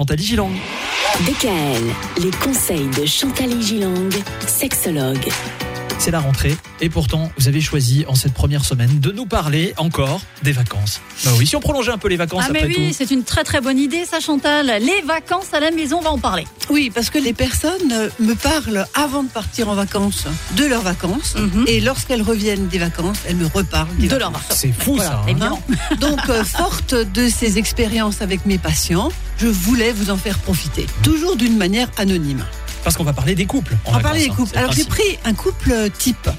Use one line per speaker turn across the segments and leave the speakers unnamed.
Chantal Gilang.
DKL, les conseils de Chantal Gilang, sexologue.
C'est la rentrée et pourtant vous avez choisi en cette première semaine de nous parler encore des vacances. Bah oui, si on prolongeait un peu les vacances
Ah mais
après
oui,
tout.
c'est une très très bonne idée ça Chantal. Les vacances à la maison, on va en parler.
Oui, parce que les personnes euh, me parlent avant de partir en vacances de leurs vacances.
Mhm.
Et lorsqu'elles reviennent des vacances, elles me reparlent des
De
vacances.
leurs vacances.
C'est fou
Voilà.
ça. hein.
Et
Évidemment.
Donc, euh, forte de ces expériences avec mes patients, je voulais vous en faire profiter. Toujours d'une manière anonyme.
Parce qu'on va parler des couples. en
On va
vacances,
parler des
hein,
couples.
c'est le
Alors, j'ai
principe.
pris un couple type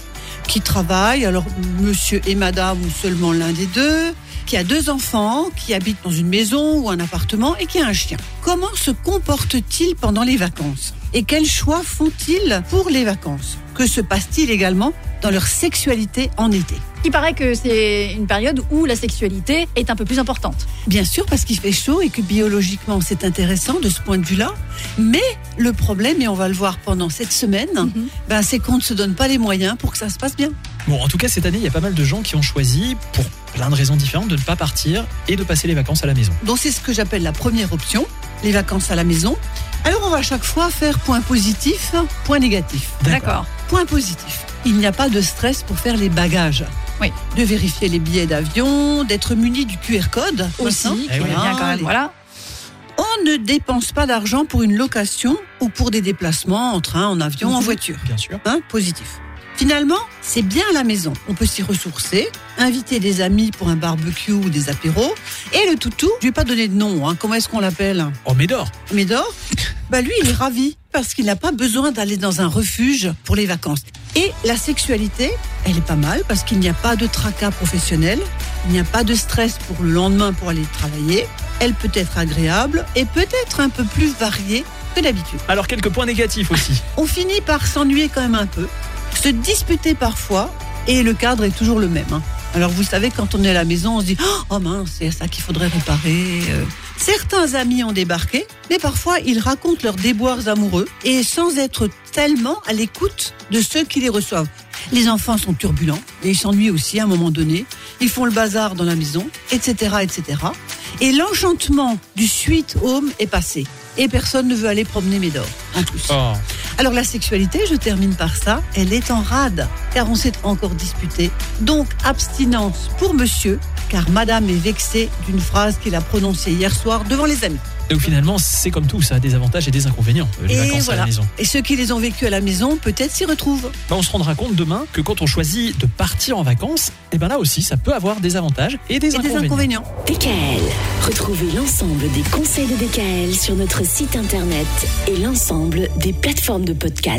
qui travaille, alors monsieur et madame ou seulement l'un des deux, qui a deux enfants, qui habite dans une maison ou un appartement et qui a un chien. Comment se comportent-ils pendant les vacances Et quels choix font-ils pour les vacances Que se passe-t-il également dans leur sexualité en été
Il paraît que c'est une période où la sexualité est un peu plus importante.
Bien sûr, parce qu'il fait chaud et que biologiquement c'est intéressant de ce point de vue-là. Mais le problème, et on va le voir pendant cette semaine,
Mhm.
ben, c'est qu'on ne se donne pas les moyens pour que ça se passe bien.
Bon, en tout cas, cette année, il y a pas mal de gens qui ont choisi, pour plein de raisons différentes, de ne pas partir et de passer les vacances à la maison.
Donc c'est ce que j'appelle la première option, les vacances à la maison. Alors on va à chaque fois faire point positif, point négatif.
D'accord.
Point positif, il n'y a pas de stress pour faire les bagages.
Oui.
De vérifier les billets d'avion, d'être muni du QR code
Aussi,
maintenant.
qui
Eh
est
oui.
bien quand
Ah,
même.
les-
Voilà.
On ne dépense pas d'argent pour une location ou pour des déplacements en train, en avion, en
Mhm.
voiture.
Bien sûr.
Hein, positif. Finalement, c'est bien à la maison. On peut s'y ressourcer, inviter des amis pour un barbecue ou des apéros. Et le toutou, je vais pas donner de nom, hein. comment est-ce qu'on l'appelle
Oh, mais d'or
Médor, bah lui, il est ravi parce qu'il n'a pas besoin d'aller dans un refuge pour les vacances. Et la sexualité, elle est pas mal parce qu'il n'y a pas de tracas professionnel, il n'y a pas de stress pour le lendemain pour aller travailler. Elle peut être agréable et peut-être un peu plus variée que d'habitude.
Alors, quelques points négatifs aussi.
On finit par s'ennuyer quand même un peu, se disputer parfois et le cadre est toujours le même. hein. Alors vous savez, quand on est à la maison, on se dit Oh mince, c'est ça qu'il faudrait réparer. euh. Certains amis ont débarqué, mais parfois ils racontent leurs déboires amoureux et sans être tellement à l'écoute de ceux qui les reçoivent. Les enfants sont turbulents et ils s'ennuient aussi à un moment donné. Ils font le bazar dans la maison, etc., etc. Et l'enchantement du suite home est passé. Et personne ne veut aller promener Médor, en plus.
Oh.
Alors la sexualité, je termine par ça, elle est en rade, car on s'est encore disputé. Donc abstinence pour monsieur, car madame est vexée d'une phrase qu'il a prononcée hier soir devant les amis.
Donc, finalement, c'est comme tout, ça a des avantages et des inconvénients, euh, les
Et
vacances à la
voilà.
maison.
Et ceux qui les ont vécues à la maison, peut-être s'y retrouvent.
Bah, on se rendra compte demain que quand on choisit de partir en vacances, et ben là aussi, ça peut avoir des avantages et des,
Et des
inconvénients.
inconvénients.
DKL, retrouvez l'ensemble des conseils de DKL sur notre site internet et l'ensemble des plateformes de podcast.